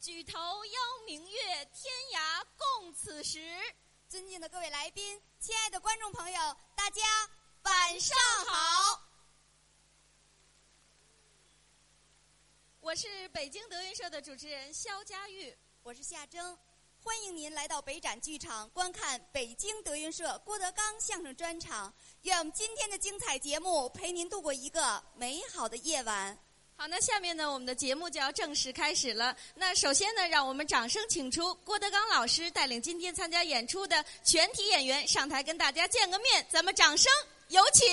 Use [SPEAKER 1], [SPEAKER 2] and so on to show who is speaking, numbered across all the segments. [SPEAKER 1] 举头邀明月，天涯共此时。
[SPEAKER 2] 尊敬的各位来宾，亲爱的观众朋友，大家晚上好。
[SPEAKER 1] 我是北京德云社的主持人肖佳玉，
[SPEAKER 2] 我是夏征，欢迎您来到北展剧场观看北京德云社郭德纲相声专场。愿我们今天的精彩节目陪您度过一个美好的夜晚。
[SPEAKER 1] 好，那下面呢，我们的节目就要正式开始了。那首先呢，让我们掌声请出郭德纲老师带领今天参加演出的全体演员上台跟大家见个面，咱们掌声有请。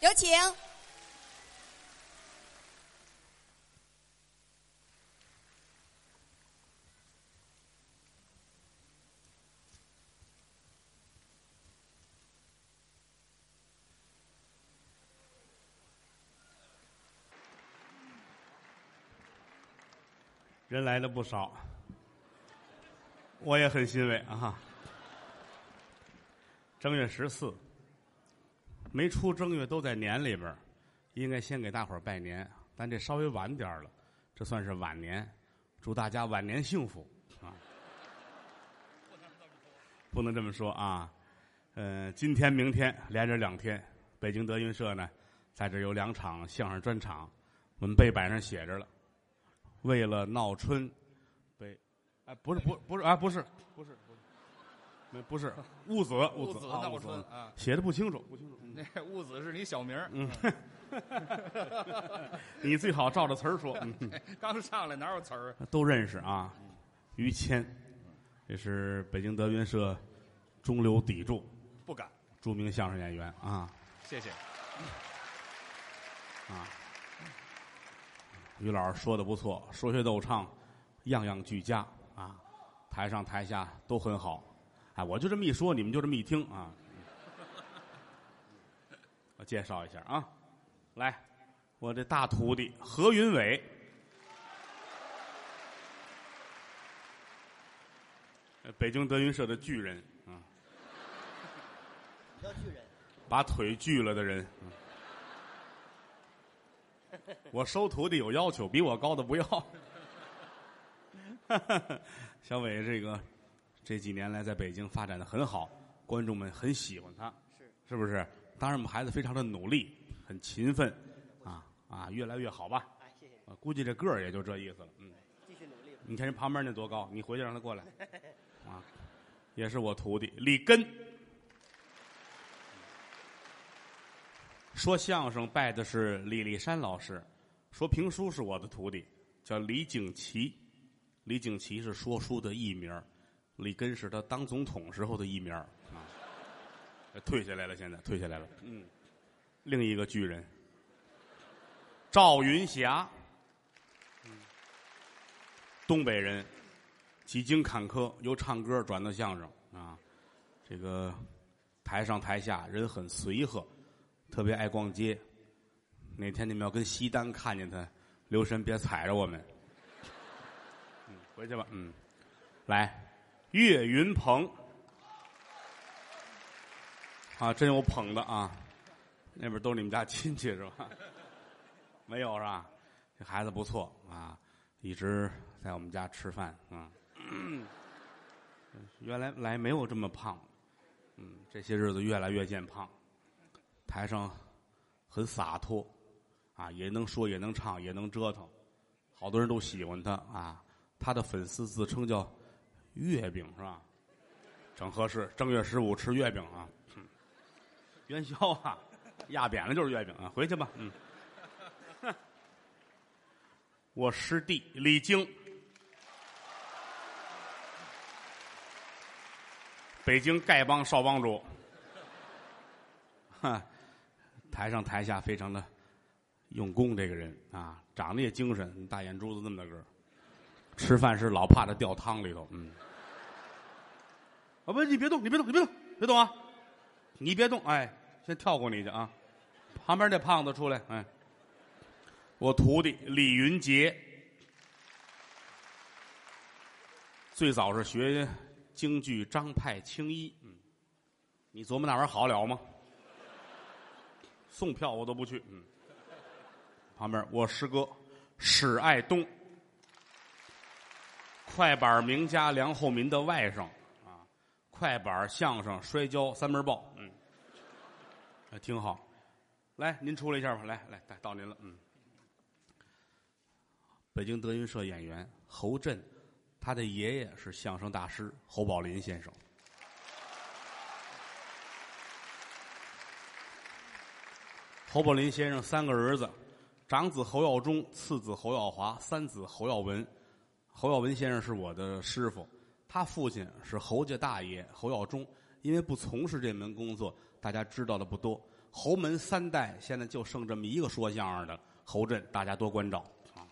[SPEAKER 2] 有请。
[SPEAKER 3] 人来了不少，我也很欣慰啊。正月十四，没出正月都在年里边儿，应该先给大伙儿拜年，但这稍微晚点儿了，这算是晚年，祝大家晚年幸福啊！不能这么说啊，呃，今天、明天连着两天，北京德云社呢，在这有两场相声专场，我们背板上写着了。为了闹春，北，哎，不是，不，不是，啊，不是，
[SPEAKER 4] 不是不是
[SPEAKER 3] 没，不是，戊子，戊
[SPEAKER 4] 子
[SPEAKER 3] 子，啊，
[SPEAKER 4] 闹
[SPEAKER 3] 戊子
[SPEAKER 4] 春，啊，
[SPEAKER 3] 写的不清楚，不清楚。
[SPEAKER 4] 那戊子是你小名
[SPEAKER 3] 嗯
[SPEAKER 4] 儿，
[SPEAKER 3] 你最好照着词儿说，嗯
[SPEAKER 4] 刚上来哪有词儿？
[SPEAKER 3] 都认识啊。于谦，这是北京德云社中流砥柱，
[SPEAKER 4] 不敢，
[SPEAKER 3] 著名相声演员啊
[SPEAKER 4] 谢谢。
[SPEAKER 3] 啊。于老师说的不错，说学逗唱，样样俱佳啊，台上台下都很好。哎，我就这么一说，你们就这么一听啊。我介绍一下啊，来，我这大徒弟何云伟。呃北京德云社的巨人啊，
[SPEAKER 5] 叫巨人，
[SPEAKER 3] 把腿锯了的人。嗯 我收徒弟有要求，比我高的不要。 小伟这个这几年来在北京发展的很好，观众们很喜欢他，
[SPEAKER 5] 是
[SPEAKER 3] 是不是？当然，我们孩子非常的努力，很勤奋，啊啊，越来越好吧。
[SPEAKER 5] 哎，谢谢你，哎
[SPEAKER 3] 我估计这个儿也就这意思了。嗯，
[SPEAKER 5] 继续努力吧。
[SPEAKER 3] 你看人旁边那多高，你回去让他过来。啊，也是我徒弟李根。说相声拜的是李立山老师，说评书是我的徒弟，叫李景琦。李景琦是说书的艺名儿，李根是他当总统时候的艺名儿啊。呃退下来了，现在退下来了。嗯，另一个巨人赵云霞。嗯东北人，几经坎坷，由唱歌转到相声啊。这个台上台下人很随和，特别爱逛街。哪天你们要跟西单看见他，留神别踩着我们。嗯，回去吧。嗯，来，岳云鹏，啊，真有捧的啊。那边都是你们家亲戚是吧？ 没有是吧？这孩子不错啊。一直在我们家吃饭啊、 嗯。原来来没有这么胖，嗯，这些日子越来越见胖。台上很洒脱，啊，也能说也能唱也能折腾，好多人都喜欢他啊。他的粉丝自称叫“月饼”是吧？整合适，正月十五吃月饼啊，嗯、元宵啊，压扁了就是月饼啊，回去吧，嗯。我师弟李菁，北京丐帮少帮主，哈，台上台下非常的用功，这个人啊，长得也精神，大眼珠子那么大个儿，吃饭时老怕他掉汤里头，嗯，啊不，你别动，你别动，你别动，别动啊，你别动，哎，先跳过你去啊，旁边那胖子出来，哎。我徒弟李云杰，最早是学京剧张派青衣。嗯，你琢磨那玩意儿好了吗？送票我都不去。嗯，旁边我师哥史爱东，快板名家梁厚民的外甥啊，快板、相声、摔跤、三门抱，嗯，哎挺好。来，您出来一下吧，来来，到您了，嗯。北京德云社演员侯震，他的爷爷是相声大师侯宝林先生。侯宝林先生三个儿子，长子侯耀中，次子侯耀华，三子侯耀文。侯耀文先生是我的师傅，他父亲是侯家大爷侯耀中。因为不从事这门工作，大家知道的不多。侯门三代现在就剩这么一个说相声的侯震，大家多关照。啊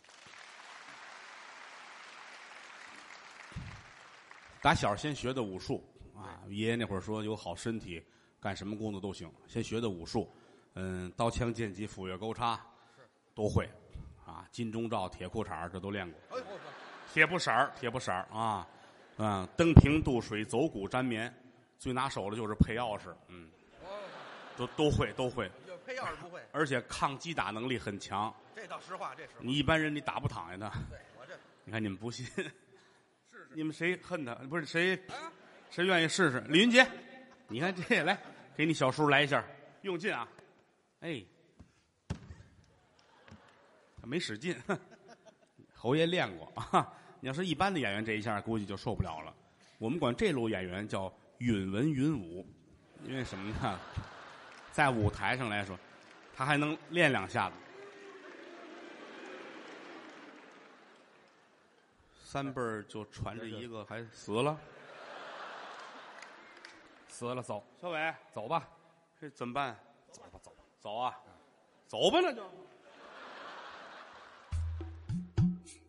[SPEAKER 3] 打小先学的武术啊，爷爷那会儿说有好身体，干什么工作都行，先学的武术。嗯，刀枪剑戟斧钺钩叉都会啊，金钟罩、铁裤衩儿这都练过。
[SPEAKER 4] 哎呦我
[SPEAKER 3] 铁布衫儿，铁布衫儿啊，嗯，登平渡水，走骨粘棉，最拿手的就是配钥匙，嗯，
[SPEAKER 4] 我
[SPEAKER 3] 都都会都会，
[SPEAKER 4] 有配钥匙不会，
[SPEAKER 3] 而且抗击打能力很强，
[SPEAKER 4] 这倒实话，这是
[SPEAKER 6] 嗯
[SPEAKER 3] 你一般人你打不躺下他，
[SPEAKER 4] 对我这
[SPEAKER 3] 你看你们不信，
[SPEAKER 4] 试试
[SPEAKER 3] 你们谁恨他？不是谁
[SPEAKER 4] 啊，
[SPEAKER 3] 谁愿意试试？李云杰，你看这来，给你小叔来一下，用劲啊！哎，没使劲。 侯爷练过 啊，你要是一般的演员，这一下估计就受不了了。我们管这路演员叫允文允武，因为什么呢？在舞台上来说，他还能练两下子。三辈儿就传着一个还死了，
[SPEAKER 4] 死了走
[SPEAKER 3] 小伟，
[SPEAKER 4] 走吧，
[SPEAKER 3] 这怎么办？
[SPEAKER 4] 走吧走吧，
[SPEAKER 3] 走啊，走吧，那就。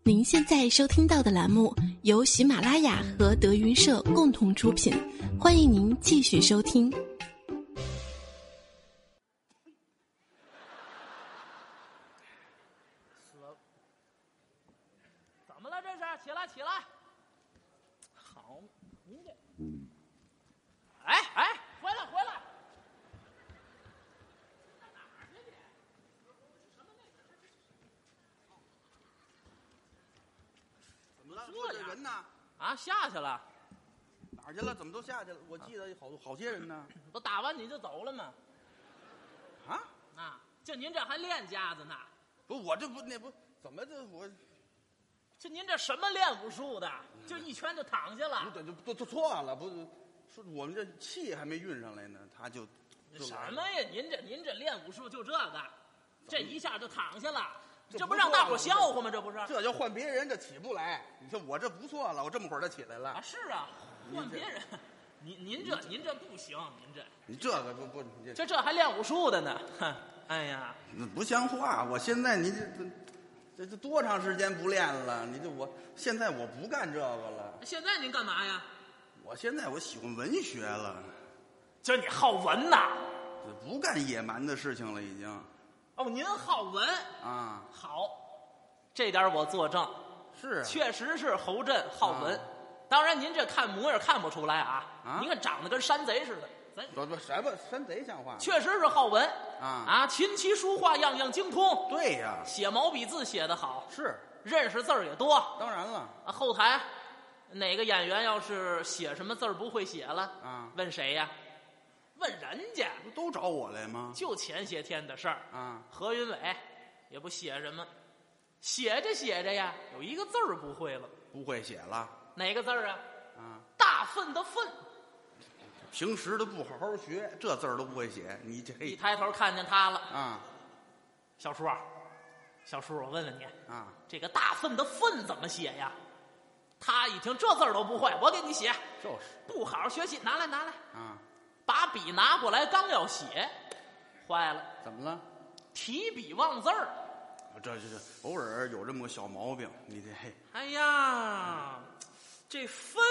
[SPEAKER 5] 您现在收听到的栏目由喜马拉雅和德云社共同出品，欢迎您继续收听。
[SPEAKER 7] 怎么了这是？起来起来！好，您这，哎哎，回来回来！
[SPEAKER 6] 怎么了？
[SPEAKER 7] 这
[SPEAKER 6] 这
[SPEAKER 7] 样
[SPEAKER 6] 人呢？
[SPEAKER 7] 啊，下去了，
[SPEAKER 6] 哪儿去了？怎么都下去了？我记得好好些人呢。
[SPEAKER 7] 不打完你就走了吗？
[SPEAKER 6] 啊？
[SPEAKER 7] 啊，就您这还练家子呢？
[SPEAKER 6] 不，我这不那不怎么这我
[SPEAKER 7] 就您这什么练武术的？就一拳就躺下
[SPEAKER 6] 不
[SPEAKER 7] 了？
[SPEAKER 6] 对就都都错了，不是说我们这气还没运上来呢，他就就
[SPEAKER 7] 什
[SPEAKER 6] 来了
[SPEAKER 7] 么呀？您这您这练武术就这个，这一下就躺下了，
[SPEAKER 6] 这
[SPEAKER 7] 这
[SPEAKER 6] 不
[SPEAKER 7] 不让大
[SPEAKER 6] 错
[SPEAKER 7] 伙
[SPEAKER 6] 了
[SPEAKER 7] 笑话吗？这不是？
[SPEAKER 6] 这要换别人，这起不来。你说我这不错了，我这么会儿他起来
[SPEAKER 7] 啊，
[SPEAKER 6] 了。
[SPEAKER 7] 是啊，
[SPEAKER 6] 您
[SPEAKER 7] 换
[SPEAKER 6] 这
[SPEAKER 7] 别人，您您这您这不行，您这。
[SPEAKER 6] 你这个不不，你这
[SPEAKER 7] 这这还练武术的呢，哼，哎呀，
[SPEAKER 6] 不像话。我现在你这这这这多长时间不练了？你这我现在我不干这个了，
[SPEAKER 7] 现在您干嘛呀？
[SPEAKER 6] 我现在我喜欢文学了，
[SPEAKER 7] 这你好文呐？
[SPEAKER 6] 不干野蛮的事情了已经
[SPEAKER 7] 哦，您好文，
[SPEAKER 6] 啊。
[SPEAKER 7] 好，这点我作证，
[SPEAKER 6] 是啊，
[SPEAKER 7] 确实是侯震好文
[SPEAKER 6] 啊。
[SPEAKER 7] 当然，您这看模样看不出来啊，
[SPEAKER 6] 啊
[SPEAKER 7] 您看长得跟山贼似的，咱
[SPEAKER 6] 不不什么山贼像话吗？
[SPEAKER 7] 确实是好文
[SPEAKER 6] 啊
[SPEAKER 7] 啊，琴棋书画样样精通，
[SPEAKER 6] 对呀，
[SPEAKER 7] 写毛笔字写得好，
[SPEAKER 6] 是
[SPEAKER 7] 认识字儿也多。
[SPEAKER 6] 当然了，
[SPEAKER 7] 啊，后台哪个演员要是写什么字儿不会写了
[SPEAKER 6] 啊
[SPEAKER 7] 问谁呀？问人家。
[SPEAKER 6] 不都找我来吗？
[SPEAKER 7] 就前些天的事儿，
[SPEAKER 6] 啊，
[SPEAKER 7] 何云伟也不写什么，写着写着呀，有一个字儿不会了，
[SPEAKER 6] 不会写了
[SPEAKER 7] 哪个字儿啊？
[SPEAKER 6] 啊，
[SPEAKER 7] 大粪的粪。
[SPEAKER 6] 平时都不好好学，这字儿都不会写，你这
[SPEAKER 7] 一抬头看见他了，
[SPEAKER 6] 啊
[SPEAKER 7] 小叔啊，小叔，我问问你，
[SPEAKER 6] 啊，
[SPEAKER 7] 这个大粪的粪怎么写呀？他一听这字儿都不会，我给你写，
[SPEAKER 6] 就是
[SPEAKER 7] 不好好学习，拿来拿来，
[SPEAKER 6] 啊，
[SPEAKER 7] 把笔拿过来，刚要写，坏了。
[SPEAKER 6] 怎么了？
[SPEAKER 7] 提笔忘字儿。
[SPEAKER 6] 这这这偶尔有这么个小毛病，你这嘿
[SPEAKER 7] 哎呀，这粪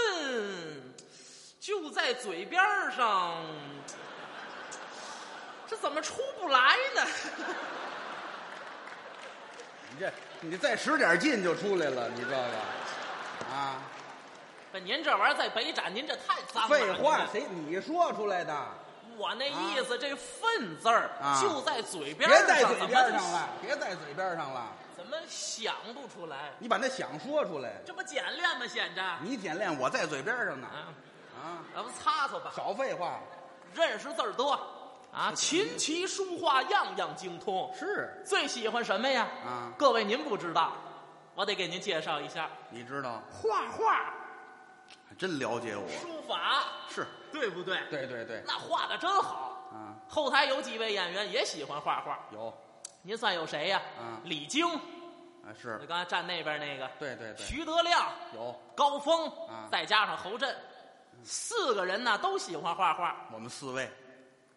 [SPEAKER 7] 就在嘴边儿上，这怎么出不来呢？
[SPEAKER 6] 你这你再使点劲就出来了，你这个啊，
[SPEAKER 7] 不，哎您这玩意儿在北展，您这太脏了。
[SPEAKER 6] 废话，
[SPEAKER 7] 您
[SPEAKER 6] 谁你说出来的？
[SPEAKER 7] 这我那意思，这粪字儿
[SPEAKER 6] 啊
[SPEAKER 7] 就在嘴
[SPEAKER 6] 别
[SPEAKER 7] 边儿
[SPEAKER 6] 在
[SPEAKER 7] 上，
[SPEAKER 6] 嘴
[SPEAKER 7] 怎
[SPEAKER 6] 边
[SPEAKER 7] 么
[SPEAKER 6] 上了，别在嘴边上了，
[SPEAKER 7] 怎么想不出来？
[SPEAKER 6] 你把那想说出来，
[SPEAKER 7] 这不简练吗？显着
[SPEAKER 6] 你简练，我在嘴边上呢，
[SPEAKER 7] 啊，
[SPEAKER 6] 啊，
[SPEAKER 7] 咱们擦擦吧。
[SPEAKER 6] 少废话，
[SPEAKER 7] 认识字儿多啊，
[SPEAKER 6] 嗯
[SPEAKER 7] 琴棋书画样样精通。
[SPEAKER 6] 是
[SPEAKER 7] 最喜欢什么呀？
[SPEAKER 6] 啊
[SPEAKER 7] 各位您不知道，我得给您介绍一下
[SPEAKER 6] 你知道，
[SPEAKER 7] 画画、
[SPEAKER 6] 还真了解我，
[SPEAKER 7] 书法，
[SPEAKER 6] 是
[SPEAKER 7] 对不对？
[SPEAKER 6] 对对对，
[SPEAKER 7] 那画的真好。
[SPEAKER 6] 啊，
[SPEAKER 7] 后台有几位演员也喜欢画画，
[SPEAKER 6] 有，
[SPEAKER 7] 您算有谁呀？
[SPEAKER 6] 啊
[SPEAKER 7] 李菁，
[SPEAKER 6] 啊是
[SPEAKER 7] 就，刚才站那边那个，
[SPEAKER 6] 对对对，
[SPEAKER 7] 徐德亮、
[SPEAKER 6] 有，
[SPEAKER 7] 高峰，
[SPEAKER 6] 啊
[SPEAKER 7] 再加上侯震，四个人呢都喜欢画画，
[SPEAKER 6] 我们四位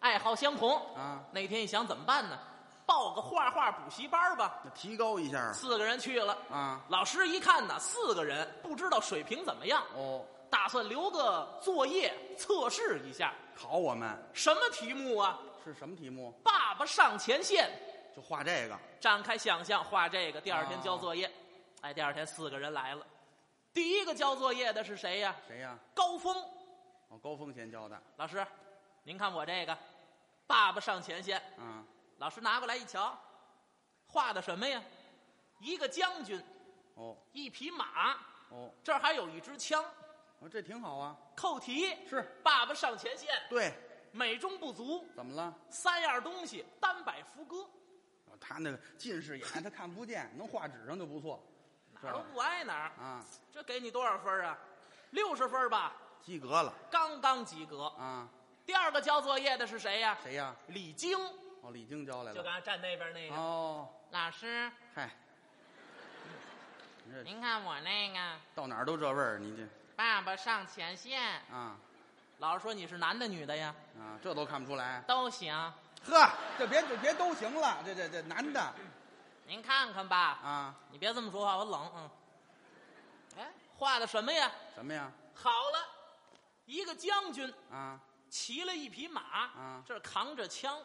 [SPEAKER 7] 爱好相同。
[SPEAKER 6] 啊，
[SPEAKER 7] 那天一想怎么办呢？报个画画补习班吧。
[SPEAKER 6] 那提高一下
[SPEAKER 7] 四个人去了，
[SPEAKER 6] 啊，
[SPEAKER 7] 老师一看呢，四个人不知道水平怎么样，
[SPEAKER 6] 哦，
[SPEAKER 7] 打算留个作业测试一下。
[SPEAKER 6] 考我们
[SPEAKER 7] 什么题目啊？
[SPEAKER 6] 是什么题目？
[SPEAKER 7] 爸爸上前线，
[SPEAKER 6] 就画这个，
[SPEAKER 7] 展开想象画这个。第二天
[SPEAKER 6] 啊
[SPEAKER 7] 交作业，哎，第二天四个人来了。第一个交作业的是谁呀？
[SPEAKER 6] 谁呀？
[SPEAKER 7] 高峰
[SPEAKER 6] 哦，高峰先教的，
[SPEAKER 7] 老师，您看我这个，爸爸上前线。
[SPEAKER 6] 啊，
[SPEAKER 7] 老师拿过来一瞧，画的什么呀？一个将军，
[SPEAKER 6] 哦
[SPEAKER 7] 一匹马，
[SPEAKER 6] 哦，
[SPEAKER 7] 这儿还有一支枪。
[SPEAKER 6] 哦这挺好啊，
[SPEAKER 7] 扣题，
[SPEAKER 6] 是
[SPEAKER 7] 爸爸上前线，
[SPEAKER 6] 对，
[SPEAKER 7] 美中不足，
[SPEAKER 6] 怎么了？
[SPEAKER 7] 三样东西单摆福哥，
[SPEAKER 6] 哦他那个近视眼，他看不见， 能画纸上就不错，
[SPEAKER 7] 哪儿都不挨哪儿。
[SPEAKER 6] 啊，
[SPEAKER 7] 这给你多少分啊？六十分吧，
[SPEAKER 6] 及格了
[SPEAKER 7] 刚刚及格。
[SPEAKER 6] 啊。
[SPEAKER 7] 第二个交作业的是谁呀、
[SPEAKER 6] 谁呀？
[SPEAKER 7] 李菁，
[SPEAKER 6] 哦，李菁教来
[SPEAKER 7] 就
[SPEAKER 6] 了。
[SPEAKER 7] 刚才站那边那个、
[SPEAKER 6] 哦，
[SPEAKER 7] 老师，
[SPEAKER 6] 嗨，你这
[SPEAKER 7] 您看我那个
[SPEAKER 6] 到哪儿都这味儿，你这
[SPEAKER 7] 爸爸上前线。
[SPEAKER 6] 啊
[SPEAKER 7] 老师说你是男的女的呀？
[SPEAKER 6] 啊，这都看不出 来。
[SPEAKER 7] 都行，
[SPEAKER 6] 呵，这别这别都行了，这这这男的
[SPEAKER 7] 您看看吧。
[SPEAKER 6] 啊，
[SPEAKER 7] 你别这么说话，我冷。嗯，哎，画的什么呀？
[SPEAKER 6] 什么呀？
[SPEAKER 7] 好了，一个将军
[SPEAKER 6] 啊，
[SPEAKER 7] 骑了一匹马，
[SPEAKER 6] 嗯
[SPEAKER 7] 这儿扛着枪，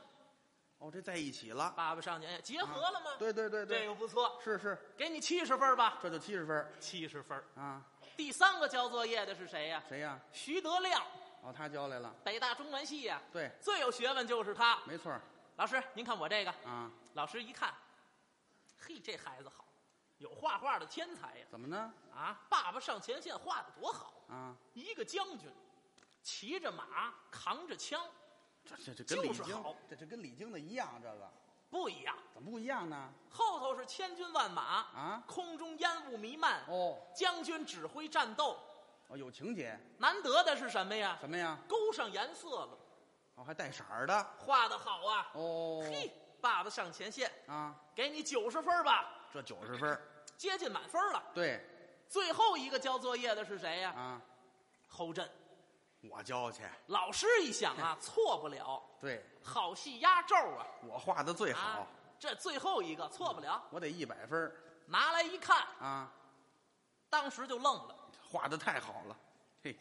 [SPEAKER 6] 哦，这在一起 了，
[SPEAKER 7] 爸爸上前结合了吗？
[SPEAKER 6] 对对对
[SPEAKER 7] 这
[SPEAKER 6] 对，
[SPEAKER 7] 个不错，
[SPEAKER 6] 是是，
[SPEAKER 7] 给你七十分吧，
[SPEAKER 6] 这就七十分儿
[SPEAKER 7] 七十分。
[SPEAKER 6] 啊。
[SPEAKER 7] 第三个交作业的是谁呀、
[SPEAKER 6] 谁呀？
[SPEAKER 7] 徐德亮，
[SPEAKER 6] 哦，他教来了，
[SPEAKER 7] 北大中文系呀、
[SPEAKER 6] 对，
[SPEAKER 7] 最有学问就是他。
[SPEAKER 6] 没错儿
[SPEAKER 7] 老师，您看我这个，
[SPEAKER 6] 啊。
[SPEAKER 7] 老师一看，嘿，这孩子好，有画画的天才呀！
[SPEAKER 6] 怎么呢？
[SPEAKER 7] 啊，爸爸上前线画的多好，
[SPEAKER 6] 啊，
[SPEAKER 7] 一个将军，骑着马，扛着枪，
[SPEAKER 6] 这这这跟李
[SPEAKER 7] 就是
[SPEAKER 6] 菁
[SPEAKER 7] 好，
[SPEAKER 6] 这这跟李菁的一样，这个
[SPEAKER 7] 不一样。
[SPEAKER 6] 怎么不一样呢？
[SPEAKER 7] 后头是千军万马
[SPEAKER 6] 啊
[SPEAKER 7] 空中烟雾弥漫，
[SPEAKER 6] 哦，
[SPEAKER 7] 将军指挥战斗。
[SPEAKER 6] 哦，有情节，
[SPEAKER 7] 难得的是什么呀？
[SPEAKER 6] 什么呀？
[SPEAKER 7] 勾上颜色了，
[SPEAKER 6] 哦，还带色儿的，
[SPEAKER 7] 画的好啊！
[SPEAKER 6] 哦，
[SPEAKER 7] 嘿，爸爸上前线，
[SPEAKER 6] 啊，
[SPEAKER 7] 给你九十分吧，
[SPEAKER 6] 这九十分儿，
[SPEAKER 7] 接近满分了。
[SPEAKER 6] 对，
[SPEAKER 7] 最后一个交作业的是谁呀？
[SPEAKER 6] 啊，
[SPEAKER 7] 侯震。
[SPEAKER 6] 我教去，
[SPEAKER 7] 老师一想
[SPEAKER 6] 哎
[SPEAKER 7] 啊，错不了，
[SPEAKER 6] 对
[SPEAKER 7] 好戏压轴啊！
[SPEAKER 6] 我画的最
[SPEAKER 7] 啊
[SPEAKER 6] 好，，
[SPEAKER 7] 这最后一个错不了，
[SPEAKER 6] 我得一百分儿
[SPEAKER 7] 拿来一看，
[SPEAKER 6] 啊，
[SPEAKER 7] 当时就愣了，
[SPEAKER 6] 画的太好了，嘿，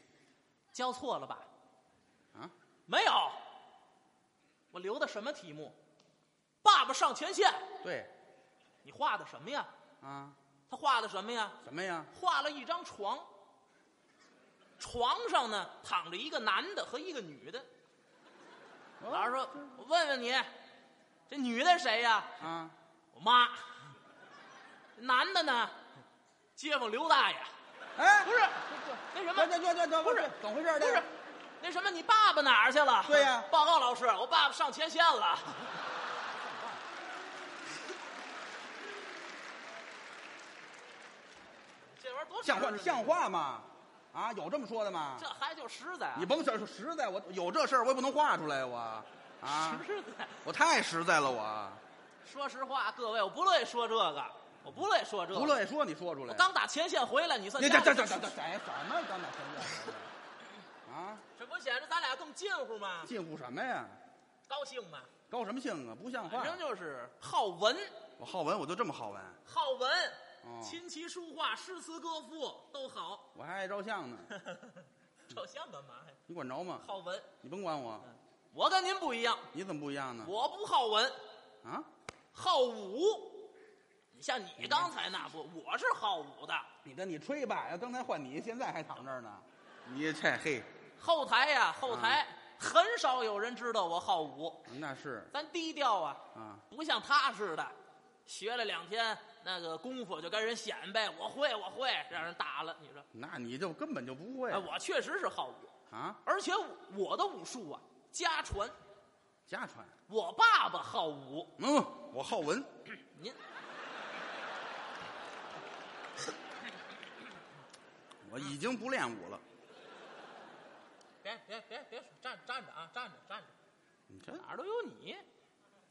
[SPEAKER 7] 交错了吧？
[SPEAKER 6] 啊，
[SPEAKER 7] 没有，我留的什么题目？爸爸上前线，
[SPEAKER 6] 对，
[SPEAKER 7] 你画的什么呀？
[SPEAKER 6] 啊，
[SPEAKER 7] 他画的什么呀？
[SPEAKER 6] 什么呀？
[SPEAKER 7] 画了一张床，床上呢躺着一个男的和一个女的。老师
[SPEAKER 6] 哦
[SPEAKER 7] 说：“我问问你，这女的谁呀？
[SPEAKER 6] 啊，
[SPEAKER 7] 我妈。男的呢？街坊刘大爷。
[SPEAKER 6] 哎，
[SPEAKER 7] 不是，那什
[SPEAKER 6] 这
[SPEAKER 7] 么
[SPEAKER 6] 这这这这
[SPEAKER 7] 不是
[SPEAKER 6] 怎么回事儿？
[SPEAKER 7] 不
[SPEAKER 6] 这
[SPEAKER 7] 是
[SPEAKER 6] 个，
[SPEAKER 7] 那什么，你爸爸哪儿去了？
[SPEAKER 6] 对呀
[SPEAKER 7] 报告老师，我爸爸上前 线了。这玩意儿多
[SPEAKER 6] 像
[SPEAKER 7] 实
[SPEAKER 6] 话
[SPEAKER 7] 在
[SPEAKER 6] 像话吗？啊，有这么说的吗
[SPEAKER 7] 这？还就实在啊，
[SPEAKER 6] 你甭说说实在，我有这事儿我也不能画出来呀，我啊，
[SPEAKER 7] 实在。
[SPEAKER 6] 我太实在了，我
[SPEAKER 7] 说实话，各位，我不乐意说这个，我不乐意说这个，
[SPEAKER 6] 不乐意说你说出
[SPEAKER 7] 我
[SPEAKER 6] 来。
[SPEAKER 7] 刚打前线回来，你算
[SPEAKER 6] 你这
[SPEAKER 7] 家里
[SPEAKER 6] 这这这这谁什么刚打前线？啊，
[SPEAKER 7] 这不显得咱俩更近乎吗？
[SPEAKER 6] 近乎什么呀？
[SPEAKER 7] 高兴吗？
[SPEAKER 6] 高什么兴啊？不像话
[SPEAKER 7] 反！正就是好文，
[SPEAKER 6] 我好文，我就这么好文，
[SPEAKER 7] 好文，
[SPEAKER 6] 哦
[SPEAKER 7] 琴棋书画、诗词歌赋都好。
[SPEAKER 6] 我还爱照相呢，
[SPEAKER 7] 照相干嘛呀？
[SPEAKER 6] 你管着吗？
[SPEAKER 7] 好文，
[SPEAKER 6] 你甭管我，
[SPEAKER 7] 我跟您不一样，
[SPEAKER 6] 你怎么不一样呢？
[SPEAKER 7] 我不好文，
[SPEAKER 6] 啊，
[SPEAKER 7] 好武。你像你刚才那不，我是好武的。
[SPEAKER 6] 你的你吹吧，要刚才换你，现在还躺这儿呢。你这嘿，
[SPEAKER 7] 后台呀、
[SPEAKER 6] 嗯
[SPEAKER 7] 后台、很少有人知道我好武，
[SPEAKER 6] 那是
[SPEAKER 7] 咱低调啊，
[SPEAKER 6] 啊，
[SPEAKER 7] 不像他似的，学了两天那个功夫就跟人显摆，我会我会，让人打了。你说，
[SPEAKER 6] 那你就根本就不会
[SPEAKER 7] 哎，我确实是好武，
[SPEAKER 6] 啊，
[SPEAKER 7] 而且我的武术啊家传，
[SPEAKER 6] 家传。
[SPEAKER 7] 我爸爸好武，
[SPEAKER 6] 嗯，我好文，
[SPEAKER 7] 您
[SPEAKER 6] 我已经不练武了。
[SPEAKER 7] 别别别别说站站着啊，站着站着，
[SPEAKER 6] 你这
[SPEAKER 7] 哪儿都有你。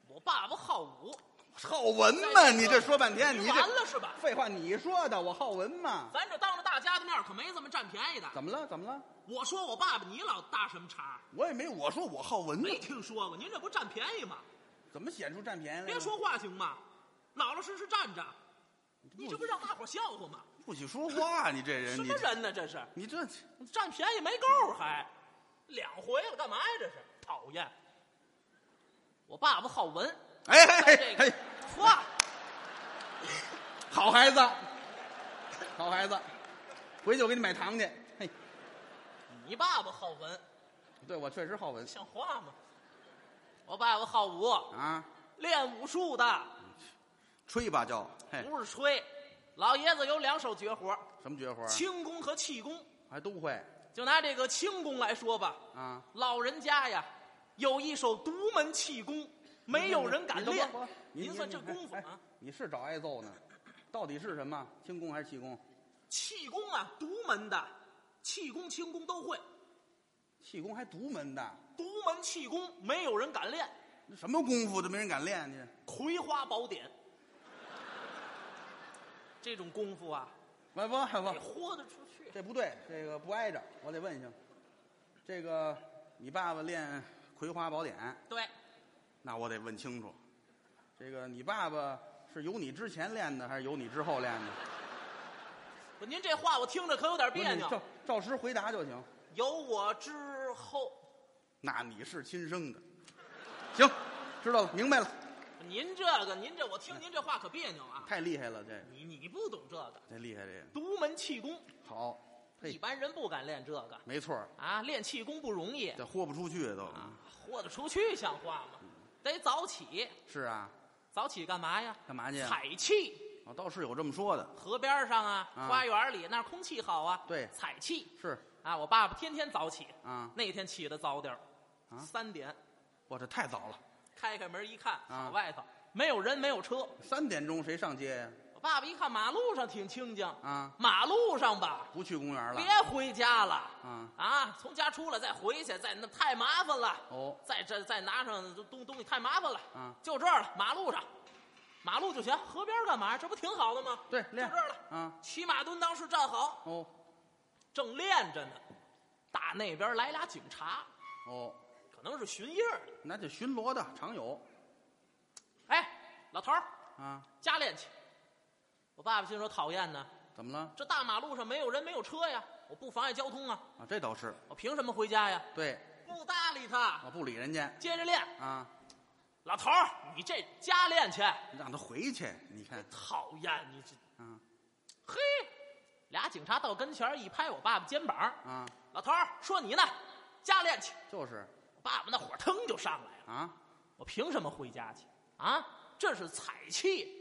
[SPEAKER 7] 我爸爸好武，
[SPEAKER 6] 好文嘛？你这说半天，你
[SPEAKER 7] 你
[SPEAKER 6] 这
[SPEAKER 7] 完了是吧？
[SPEAKER 6] 废话，你说的，我好文嘛？
[SPEAKER 7] 咱这当着大家的面可没这么占便宜的。
[SPEAKER 6] 怎么了？怎么了？
[SPEAKER 7] 我说我爸爸，你老搭什么茬？
[SPEAKER 6] 我也没，我说我好文呢，
[SPEAKER 7] 没听说过，您这不占便宜吗？
[SPEAKER 6] 怎么显出占便宜来了？
[SPEAKER 7] 别说话行吗？老老实实站着，你这
[SPEAKER 6] 不
[SPEAKER 7] 不让大伙笑话吗？
[SPEAKER 6] 不许说话，你这人，
[SPEAKER 7] 什
[SPEAKER 6] 哎你
[SPEAKER 7] 么人呢？这是
[SPEAKER 6] 你这
[SPEAKER 7] 占便宜没够还，两回了干嘛呀？这是讨厌。我爸爸好文，
[SPEAKER 6] 哎哎
[SPEAKER 7] 在
[SPEAKER 6] 哎
[SPEAKER 7] 这
[SPEAKER 6] 哎
[SPEAKER 7] 个，话
[SPEAKER 6] 好孩子，好孩子，回去我给你买糖去。嘿，
[SPEAKER 7] 你爸爸好文，
[SPEAKER 6] 对我确实好文
[SPEAKER 7] 像话吗？我爸爸好武，
[SPEAKER 6] 啊，
[SPEAKER 7] 练武术的，
[SPEAKER 6] 吹吧就，嘿，
[SPEAKER 7] 不是吹。老爷子有两手绝活，
[SPEAKER 6] 什么绝活啊？
[SPEAKER 7] 轻功和气功。
[SPEAKER 6] 还都会
[SPEAKER 7] 就拿这个轻功来说吧，
[SPEAKER 6] 啊？
[SPEAKER 7] 老人家呀，有一手独门气功，没有人敢
[SPEAKER 6] 你等
[SPEAKER 7] 练
[SPEAKER 6] 会儿。你
[SPEAKER 7] 您
[SPEAKER 6] 你
[SPEAKER 7] 算这
[SPEAKER 6] 你
[SPEAKER 7] 功夫
[SPEAKER 6] 哎
[SPEAKER 7] 啊，
[SPEAKER 6] 你是找挨揍呢？到底是什么？轻功还是气功？
[SPEAKER 7] 气功啊，独门的，气功、轻功都会，
[SPEAKER 6] 气功还独门的，
[SPEAKER 7] 独门气功没有人敢练，
[SPEAKER 6] 那什么功夫都没人敢练去。
[SPEAKER 7] 《葵花宝典》这种功夫啊，
[SPEAKER 6] 喂，不不
[SPEAKER 7] 得
[SPEAKER 6] 不，
[SPEAKER 7] 豁得出去。
[SPEAKER 6] 这不对，这个不挨着，我得问一下。这个你爸爸练《葵花宝典》，
[SPEAKER 7] 对，
[SPEAKER 6] 那我得问清楚。这个你爸爸是有你之前练的，还是有你之后练的？
[SPEAKER 7] 不，您这话我听着可有点
[SPEAKER 6] 不是
[SPEAKER 7] 别
[SPEAKER 6] 你
[SPEAKER 7] 扭。
[SPEAKER 6] 照照实回答就行。
[SPEAKER 7] 有我之后，
[SPEAKER 6] 那你是亲生的，行，知道了，明白了，
[SPEAKER 7] 您这个，您这，我听您这话可别扭啊。
[SPEAKER 6] 太厉害了，这个
[SPEAKER 7] 你你不懂这个，
[SPEAKER 6] 这厉害这个
[SPEAKER 7] 独门气功，
[SPEAKER 6] 好，
[SPEAKER 7] 一
[SPEAKER 6] 嘿，
[SPEAKER 7] 般人不敢练这个
[SPEAKER 6] 没错儿，
[SPEAKER 7] 啊，练气功不容易，
[SPEAKER 6] 这豁不出去都。
[SPEAKER 7] 豁得出去像话
[SPEAKER 6] 嗯
[SPEAKER 7] 吗？得早起，
[SPEAKER 6] 是啊，
[SPEAKER 7] 早起干嘛呀？
[SPEAKER 6] 干嘛去啊？
[SPEAKER 7] 采气，
[SPEAKER 6] 哦倒是有这么说的，
[SPEAKER 7] 河边上啊，
[SPEAKER 6] 啊
[SPEAKER 7] 花园里那儿空气好啊，
[SPEAKER 6] 对
[SPEAKER 7] 采气
[SPEAKER 6] 是
[SPEAKER 7] 啊。我爸爸天天早起，
[SPEAKER 6] 啊，
[SPEAKER 7] 那天起得早点儿
[SPEAKER 6] 啊
[SPEAKER 7] 三点，
[SPEAKER 6] 哇，这太早了，
[SPEAKER 7] 开开门一看，
[SPEAKER 6] 啊
[SPEAKER 7] 好外头没有人，没有车。
[SPEAKER 6] 三点钟谁上街呀？
[SPEAKER 7] 我爸爸一看马路上挺清静，
[SPEAKER 6] 啊，
[SPEAKER 7] 马路上吧，
[SPEAKER 6] 不去公园了
[SPEAKER 7] 别。回家了
[SPEAKER 6] 啊
[SPEAKER 7] 从家出来再回去，再那太麻烦了。
[SPEAKER 6] 哦
[SPEAKER 7] 再这再拿上东东西太麻烦了。
[SPEAKER 6] 啊
[SPEAKER 7] 就这儿了，马路上，马路就行，河边干嘛？这不挺好的吗？
[SPEAKER 6] 对，
[SPEAKER 7] 就
[SPEAKER 6] 练
[SPEAKER 7] 这儿了。
[SPEAKER 6] 啊，
[SPEAKER 7] 骑马蹲裆式站好，
[SPEAKER 6] 哦
[SPEAKER 7] 正练着呢，打那边来俩警察，
[SPEAKER 6] 哦，
[SPEAKER 7] 可能是巡夜的。
[SPEAKER 6] 那就巡逻的常有
[SPEAKER 7] 哎，老头儿，
[SPEAKER 6] 啊。
[SPEAKER 7] 加练去。我爸爸心说讨厌呢，
[SPEAKER 6] 怎么了？
[SPEAKER 7] 这大马路上没有人没有车呀，我不妨碍交通啊，
[SPEAKER 6] 啊，这倒是
[SPEAKER 7] 我凭什么回家呀？
[SPEAKER 6] 对，
[SPEAKER 7] 不搭理他，
[SPEAKER 6] 我不理人家
[SPEAKER 7] 接着练。
[SPEAKER 6] 啊，
[SPEAKER 7] 老头儿，你这家练去，
[SPEAKER 6] 让他回去。你看
[SPEAKER 7] 讨厌你这。
[SPEAKER 6] 嗯。
[SPEAKER 7] 嘿，俩警察到跟前儿一拍我爸爸肩膀儿，
[SPEAKER 6] 啊，
[SPEAKER 7] 老头儿说你呢，家练去。
[SPEAKER 6] 就是
[SPEAKER 7] 我爸爸那火腾就上来了，
[SPEAKER 6] 啊，
[SPEAKER 7] 我凭什么回家去啊？这是采气，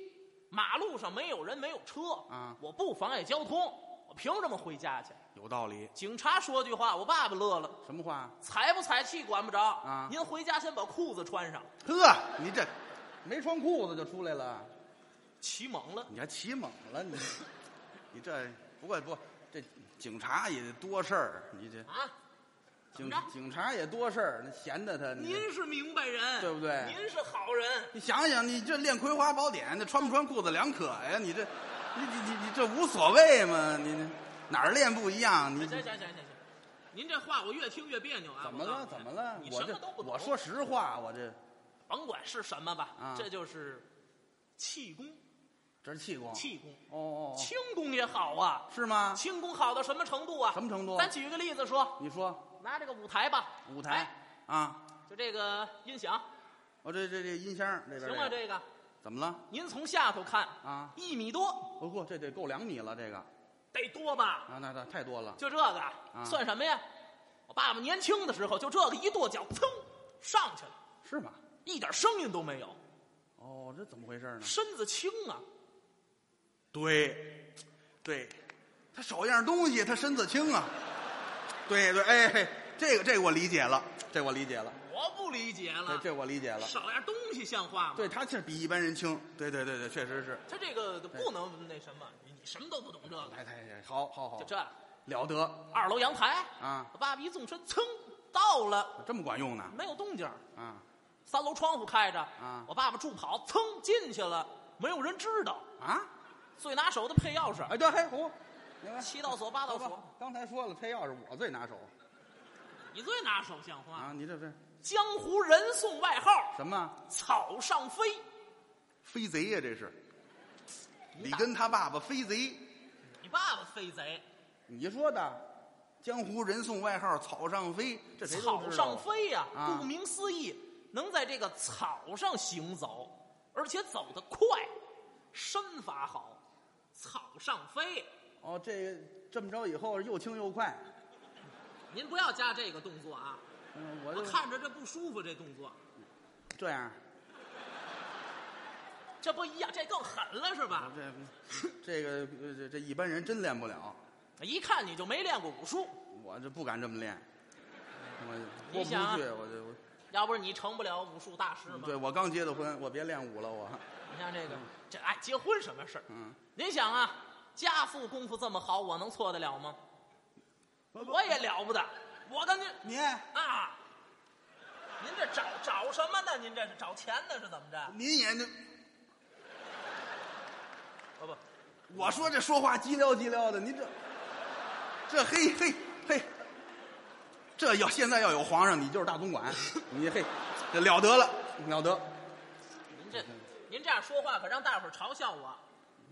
[SPEAKER 7] 马路上没有人没有车
[SPEAKER 6] 啊
[SPEAKER 7] 我不妨碍交通，我凭什么回家去？
[SPEAKER 6] 有道理。
[SPEAKER 7] 警察说句话，我爸爸乐了，
[SPEAKER 6] 什么话？
[SPEAKER 7] 采不采气管不着
[SPEAKER 6] 啊
[SPEAKER 7] 您回家先把裤子穿上，
[SPEAKER 6] 呵，你这没穿裤子就出来了，
[SPEAKER 7] 骑猛了。
[SPEAKER 6] 你还起猛了你？你这不过不这警察也多事儿，你这
[SPEAKER 7] 啊，怎么
[SPEAKER 6] 警
[SPEAKER 7] 着？
[SPEAKER 6] 警察也多事儿，那闲的他。你这
[SPEAKER 7] 您是明白人，
[SPEAKER 6] 嗯对不对
[SPEAKER 7] 您是好人，
[SPEAKER 6] 你想想，你这练《葵花宝典》，那穿不穿裤子两可呀？你这，你你你你这无所谓嘛？你你哪儿练不一样？你
[SPEAKER 7] 行行行行行，您这话我越听越别扭啊！
[SPEAKER 6] 怎么
[SPEAKER 7] 我告
[SPEAKER 6] 了？
[SPEAKER 7] 诉你
[SPEAKER 6] 怎么了
[SPEAKER 7] 你？
[SPEAKER 6] 我
[SPEAKER 7] 什
[SPEAKER 6] 这
[SPEAKER 7] 么都不懂。
[SPEAKER 6] 我说实话，我这
[SPEAKER 7] 甭管是什么吧，
[SPEAKER 6] 啊
[SPEAKER 7] 这就是气功，
[SPEAKER 6] 这是气功。
[SPEAKER 7] 气功，
[SPEAKER 6] 哦哦哦，
[SPEAKER 7] 轻功也好啊。
[SPEAKER 6] 是吗？
[SPEAKER 7] 轻功好到什么程度啊？
[SPEAKER 6] 什么程度
[SPEAKER 7] 咱举一个例子说，
[SPEAKER 6] 你说
[SPEAKER 7] 拿这个舞台吧，
[SPEAKER 6] 舞台
[SPEAKER 7] 哎
[SPEAKER 6] 啊？
[SPEAKER 7] 就这个音响，
[SPEAKER 6] 我这这这音箱这边
[SPEAKER 7] 行吗？
[SPEAKER 6] 这个
[SPEAKER 7] 这个，
[SPEAKER 6] 怎么了？
[SPEAKER 7] 您从下头看
[SPEAKER 6] 啊
[SPEAKER 7] 一米多，
[SPEAKER 6] 不过这得够两米了，这个
[SPEAKER 7] 得多吧？
[SPEAKER 6] 啊，那那太多了。
[SPEAKER 7] 就这个啊算什么呀？我爸爸年轻的时候就这个一跺脚，噌上去了，
[SPEAKER 6] 是吗？
[SPEAKER 7] 一点声音都没有，
[SPEAKER 6] 哦，这怎么回事呢？
[SPEAKER 7] 身子轻啊。
[SPEAKER 6] 对，对，他手样东西，他身子轻啊。对对，哎，嘿这个这个我理解了，这我理解了，
[SPEAKER 7] 我不理解
[SPEAKER 6] 这
[SPEAKER 7] 了，
[SPEAKER 6] 这我理解了。
[SPEAKER 7] 少样东西像话吗？
[SPEAKER 6] 对，他是比一般人轻。对对对对，确实是。
[SPEAKER 7] 他这个不能那什么，你你什么都不懂这个，
[SPEAKER 6] 哎，哎，好好好
[SPEAKER 7] 就，这
[SPEAKER 6] 了得
[SPEAKER 7] 二楼阳台
[SPEAKER 6] 啊，
[SPEAKER 7] 挖鼻纵身，噌到了，
[SPEAKER 6] 这么管用呢
[SPEAKER 7] 没有动静儿，
[SPEAKER 6] 啊！
[SPEAKER 7] 三楼窗户开着，
[SPEAKER 6] 啊
[SPEAKER 7] 我爸爸助跑，噌进去了，没有人知道，
[SPEAKER 6] 啊，
[SPEAKER 7] 最拿手的配钥匙，
[SPEAKER 6] 哎，对，嘿，我明白。
[SPEAKER 7] 七道锁八道锁，
[SPEAKER 6] 刚才说了，配钥匙我最拿手
[SPEAKER 7] 你最拿手像话，
[SPEAKER 6] 啊！你这是
[SPEAKER 7] 江湖人送外号
[SPEAKER 6] 什么
[SPEAKER 7] 草上飞，
[SPEAKER 6] 飞贼呀、这是李根他爸爸飞贼，
[SPEAKER 7] 你爸爸飞贼，
[SPEAKER 6] 你说的。江湖人送外号“草上飞”，这谁都
[SPEAKER 7] 草
[SPEAKER 6] 知道
[SPEAKER 7] 上飞呀、
[SPEAKER 6] 啊
[SPEAKER 7] 顾名思义，能在这个草上行走，而且走得快，身法好，草上飞。
[SPEAKER 6] 哦，这这么着以后又轻又快，
[SPEAKER 7] 您不要加这个动作啊，
[SPEAKER 6] 嗯，我
[SPEAKER 7] 我
[SPEAKER 6] 就
[SPEAKER 7] 看着这不舒服，这动作，
[SPEAKER 6] 这样，
[SPEAKER 7] 这不一样，这更狠了是吧？
[SPEAKER 6] 这这个呃这这一般人真练不了，
[SPEAKER 7] 一看你就没练过武术，
[SPEAKER 6] 我这不敢这么练，我
[SPEAKER 7] 你
[SPEAKER 6] 过不
[SPEAKER 7] 想啊
[SPEAKER 6] 去，我就我
[SPEAKER 7] 要不是你成不了武术大师嘛。
[SPEAKER 6] 对我刚结的婚，我别练武了，我
[SPEAKER 7] 你看这个，这哎，结婚什么事儿？
[SPEAKER 6] 嗯，
[SPEAKER 7] 您想啊，家父功夫这么好，我能错得了吗？我也了不得，我跟您
[SPEAKER 6] 你
[SPEAKER 7] 啊，您这找找什么呢？您这是找钱呢？是怎么着？
[SPEAKER 6] 您也那，
[SPEAKER 7] 哦不，
[SPEAKER 6] 我说这说话叽撩叽撩的，您这这嘿嘿嘿，这要现在要有皇上，你就是大总管，你嘿这了得了了得，
[SPEAKER 7] 您这您这样说话可让大伙儿嘲笑我，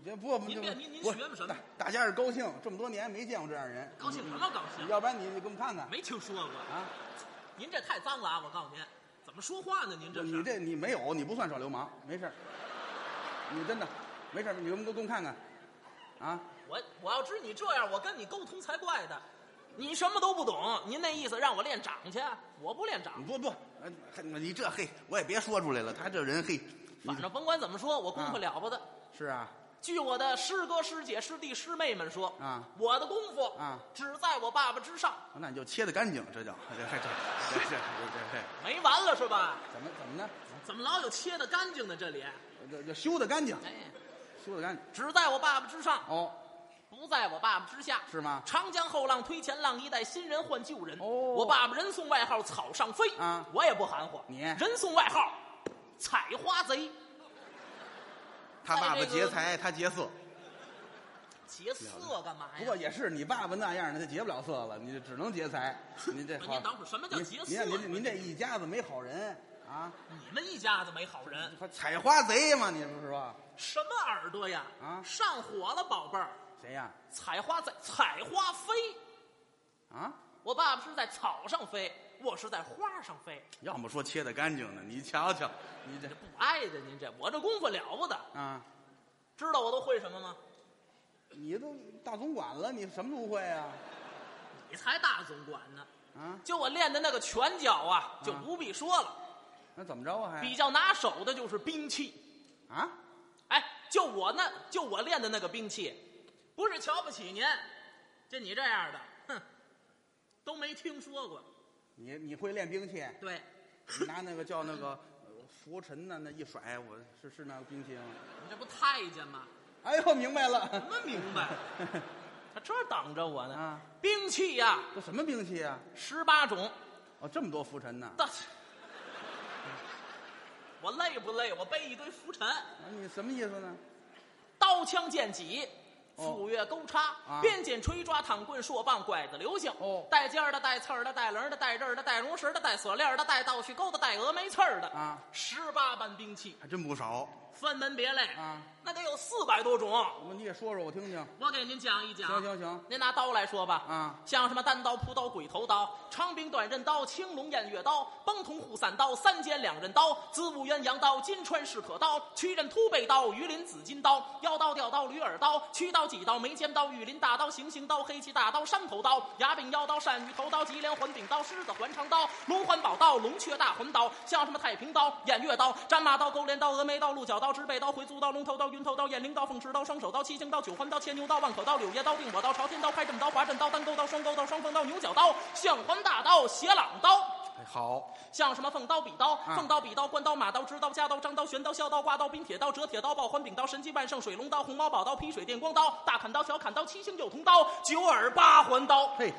[SPEAKER 6] 你这不不
[SPEAKER 7] 您别
[SPEAKER 6] 不
[SPEAKER 7] 您您
[SPEAKER 6] 不
[SPEAKER 7] 学的什么
[SPEAKER 6] 大大家是高兴，这么多年没见过这样人，
[SPEAKER 7] 高兴什么高兴？
[SPEAKER 6] 要不然你你给我们看看
[SPEAKER 7] 没听说过，
[SPEAKER 6] 啊，
[SPEAKER 7] 您这太脏了啊！我告诉您，怎么说话呢？您这是
[SPEAKER 6] 你这你没有，你不算耍流氓，没事儿你真的没事儿你给我们给我们看看，啊，
[SPEAKER 7] 我我要知你这样，我跟你沟通才怪的。你什么都不懂，您那意思让我练掌去，啊我不练掌。
[SPEAKER 6] 不不，呃嘿你这嘿我也别说出来了，他这人嘿，你
[SPEAKER 7] 反正甭管怎么说，我功夫
[SPEAKER 6] 啊
[SPEAKER 7] 了不得。
[SPEAKER 6] 是啊，
[SPEAKER 7] 据我的师哥、师姐、师弟、师妹们说，
[SPEAKER 6] 啊
[SPEAKER 7] 我的功夫
[SPEAKER 6] 啊
[SPEAKER 7] 只在我爸爸之上，
[SPEAKER 6] 那你就切的干净，这叫 这这这这这这这
[SPEAKER 7] 没完了是吧？
[SPEAKER 6] 怎么怎么呢？
[SPEAKER 7] 怎么老有切的干净的这里？
[SPEAKER 6] 这这修的干净，
[SPEAKER 7] 哎，
[SPEAKER 6] 修的干净。
[SPEAKER 7] 只在我爸爸之上，
[SPEAKER 6] 哦，
[SPEAKER 7] 不在我爸爸之下，
[SPEAKER 6] 是吗
[SPEAKER 7] 长江后浪推前浪，一代新人换旧人。
[SPEAKER 6] 哦
[SPEAKER 7] 我爸爸人送外号“草上飞”，
[SPEAKER 6] 啊
[SPEAKER 7] 我也不含糊。
[SPEAKER 6] 你
[SPEAKER 7] 人送外号“采花贼
[SPEAKER 6] 他爸爸
[SPEAKER 7] 在这
[SPEAKER 6] 劫
[SPEAKER 7] 个
[SPEAKER 6] 财，他劫色。”，
[SPEAKER 7] 劫色干嘛哎呀？
[SPEAKER 6] 不过也是，你爸爸那样的，他劫不了色了，你只能劫 财。您这好，
[SPEAKER 7] 您等会儿什么叫劫色啊
[SPEAKER 6] 您您
[SPEAKER 7] 呀
[SPEAKER 6] 您您这一家子没好人啊，
[SPEAKER 7] 你们一家子没好人，
[SPEAKER 6] 他采花贼嘛，你不是说
[SPEAKER 7] 什么耳朵呀？
[SPEAKER 6] 啊
[SPEAKER 7] 上火了，宝贝儿！
[SPEAKER 6] 谁呀？
[SPEAKER 7] 采花在采花飞，
[SPEAKER 6] 啊，
[SPEAKER 7] 我爸爸是在草上飞，我是在花上飞，
[SPEAKER 6] 要么说切的干净呢，你瞧瞧，你这
[SPEAKER 7] 这不挨着您这，我这功夫了不得，
[SPEAKER 6] 啊，
[SPEAKER 7] 知道我都会什么吗？
[SPEAKER 6] 你都大总管了，你什么都会啊？
[SPEAKER 7] 你才大总管呢！
[SPEAKER 6] 啊，
[SPEAKER 7] 就我练的那个拳脚啊，就不必说了，
[SPEAKER 6] 那怎么着啊？
[SPEAKER 7] 比
[SPEAKER 6] 还
[SPEAKER 7] 较拿手的就是兵器。
[SPEAKER 6] 啊？
[SPEAKER 7] 哎，就我那就我练的那个兵器，不是瞧不起您，就你这样的，哼，都没听说过。
[SPEAKER 6] 你你会练兵器？
[SPEAKER 7] 对，
[SPEAKER 6] 你拿那个叫那个呃拂尘呢，那一甩，我是是那个兵器吗？
[SPEAKER 7] 你这不太监吗？
[SPEAKER 6] 哎呦，明白
[SPEAKER 7] 什
[SPEAKER 6] 了，
[SPEAKER 7] 么明白？他这儿等着我呢。
[SPEAKER 6] 啊
[SPEAKER 7] 兵器呀、
[SPEAKER 6] 这什么兵器啊？
[SPEAKER 7] 十八种。
[SPEAKER 6] 哦，这么多拂尘呢？
[SPEAKER 7] 大 我累不累？我背一堆浮尘，
[SPEAKER 6] 啊，你什么意思呢？
[SPEAKER 7] 刀枪剑戟。
[SPEAKER 6] 哦
[SPEAKER 7] 斧钺钩叉
[SPEAKER 6] 啊，
[SPEAKER 7] 鞭锏锤抓躺棍槊棒拐子流星，
[SPEAKER 6] 哦
[SPEAKER 7] 带尖儿的带刺儿的带棱儿的带刃儿的带绒绳儿的带锁链儿的带倒须钩的带峨眉刺儿的
[SPEAKER 6] 啊
[SPEAKER 7] 十八般兵器
[SPEAKER 6] 还真不少。
[SPEAKER 7] 分门别类
[SPEAKER 6] 啊，
[SPEAKER 7] 那得有四百多种。
[SPEAKER 6] 我们你也说说我听听。
[SPEAKER 7] 我给您讲一讲。
[SPEAKER 6] 行行行
[SPEAKER 7] 您拿刀来说吧。
[SPEAKER 6] 啊
[SPEAKER 7] 像什么单刀、朴刀、鬼头刀、长柄短刃刀、青龙偃月刀、崩铜护伞刀、三尖两刃刀、子午鸳鸯刀、金川噬可刀、曲刃突背刀、鱼鳞紫金刀、腰刀、吊刀、驴耳刀、曲刀、戟刀、眉尖刀、玉鳞大刀、行刑刀、黑旗大刀、山头刀、牙柄腰刀、鳝鱼头刀、吉连环柄刀、狮子环长刀、龙环宝刀、龙雀大环刀，像什么太平刀、偃月刀、战马刀、钩镰刀、峨眉刀、鹿角刀、直背刀、回族刀、龙头刀、云头刀、雁翎刀、凤翅刀、双手刀、七星刀、九环刀、牵牛刀、万口刀、柳叶刀、定火刀、朝天刀、开正刀、滑阵刀、单钩刀、双钩刀、双锋刀、牛角刀、象环大刀、斜朗刀。
[SPEAKER 6] 哎好，啊
[SPEAKER 7] 像什么凤刀、笔刀、凤刀、笔刀、关刀、马刀、直刀、夹刀、张刀、悬刀、削刀、刮刀、冰铁刀、折铁刀、抱环柄刀、神机万圣、水龙刀、红毛宝刀、劈水电光刀、大砍刀、小砍刀、七星九铜刀、九耳八环刀。
[SPEAKER 6] 嘿，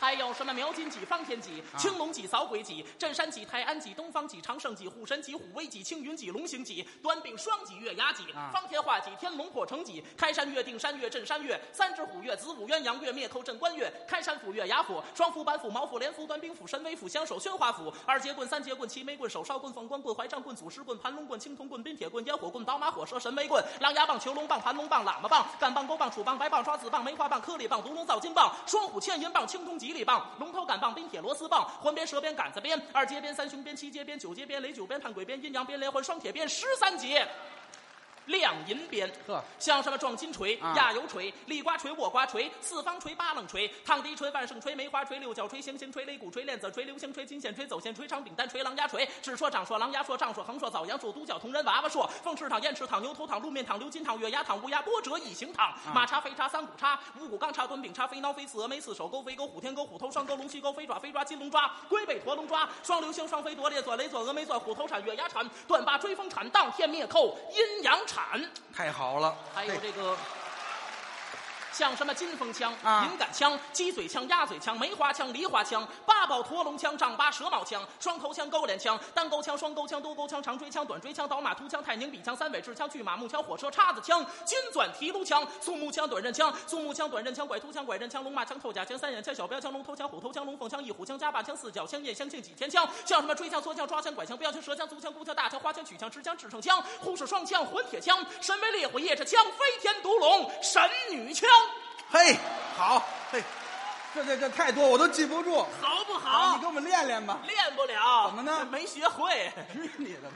[SPEAKER 7] 还有什么苗金戟、方天戟、青龙戟、扫鬼戟、镇山戟、泰安戟、东方戟、长胜戟、虎神戟、虎威戟、青云戟、龙形戟、短柄双戟、月牙戟、方天画戟、天龙破城戟、开山岳、定山岳、镇山岳、三只虎岳、子午鸳鸯岳、灭寇镇关岳、开山斧、月牙斧、双斧、板斧、毛斧、连斧、短柄斧、神威斧、香手、宣花斧、二节棍、三节棍、齐眉棍、手哨棍、凤冠棍、怀杖棍、祖师棍、盘龙棍、青铜棍、冰铁棍、烟火棍、刀马火蛇、神威棍、狼牙棒、囚龙棒、盘龙棒、喇嘛棒、干棒、钩棒、杵棒、白棒、刷子棒、梅花棒、颗粒棒、毒龙造金棒、双虎牵银棒、青铜吉利棒、龙头杆棒、冰铁螺丝棒、环鞭、蛇鞭、杆子鞭、二节鞭、三雄鞭、七节鞭、九节鞭、雷九鞭、判鬼鞭、阴阳鞭、连环双铁鞭，十三节。亮银鞭，
[SPEAKER 6] 呵
[SPEAKER 7] 像什么撞金锤、压油锤、立瓜锤、卧瓜锤、四方锤、八棱锤、烫敌锤、万圣锤、梅花锤、六角锤、行刑锤、擂鼓锤、链子锤、流星锤、金线锤、走线锤、长柄单锤、狼牙锤、只说长说狼牙说丈说横说枣阳说独角铜人娃娃说凤翅躺、燕翅躺、牛头躺、鹿面躺、鎏金躺、月牙躺、乌鸦波折、一形躺、马叉、飞叉、三股叉、五股钢叉、短柄叉、飞挠、飞刺、峨眉刺手钩、飞钩、虎天钩、虎头双钩、龙须钩、飞爪、飞抓、金龙爪、龟背驼龙爪、双流星、双飞夺猎、钻雷、钻峨眉、钻虎头铲、月牙铲、断八追风铲、当天灭寇、阴阳铲。
[SPEAKER 6] 太好了，
[SPEAKER 7] 还有
[SPEAKER 6] 嘿
[SPEAKER 7] 这个。像什么金风枪、
[SPEAKER 6] 啊
[SPEAKER 7] 银杆枪、鸡嘴枪、鸭嘴枪、梅花枪、梨花枪、八宝驼龙枪、丈八蛇矛枪、双头枪、钩镰枪、单钩枪、双钩枪、多钩枪、长锥枪、短锥枪、倒马突枪、泰宁笔枪、三尾制枪、巨马木枪、火车叉子枪、金钻提炉枪、苏木枪、短刃枪、苏木枪、短刃枪、拐突枪、拐刃枪、龙马枪、透甲枪、三眼枪、小标枪、龙头枪、虎头枪、龙凤枪、一虎枪、夹把枪、四角枪、夜枪、庆几天枪，像什么锥枪、梭枪、抓枪、拐枪、标枪、蛇枪、足枪、孤枪、大枪、花枪、曲枪、持枪、制胜枪、护士双枪、混铁枪、神威烈火夜叉枪、飞天独龙、神女枪，
[SPEAKER 6] 嘿，好，嘿，这这这太多，我都记不住。
[SPEAKER 7] 好
[SPEAKER 6] 啊你
[SPEAKER 7] 不好
[SPEAKER 6] 给？我们练练吧。
[SPEAKER 7] 练不了，
[SPEAKER 6] 怎么呢
[SPEAKER 7] 没学会。
[SPEAKER 6] 去你的吧！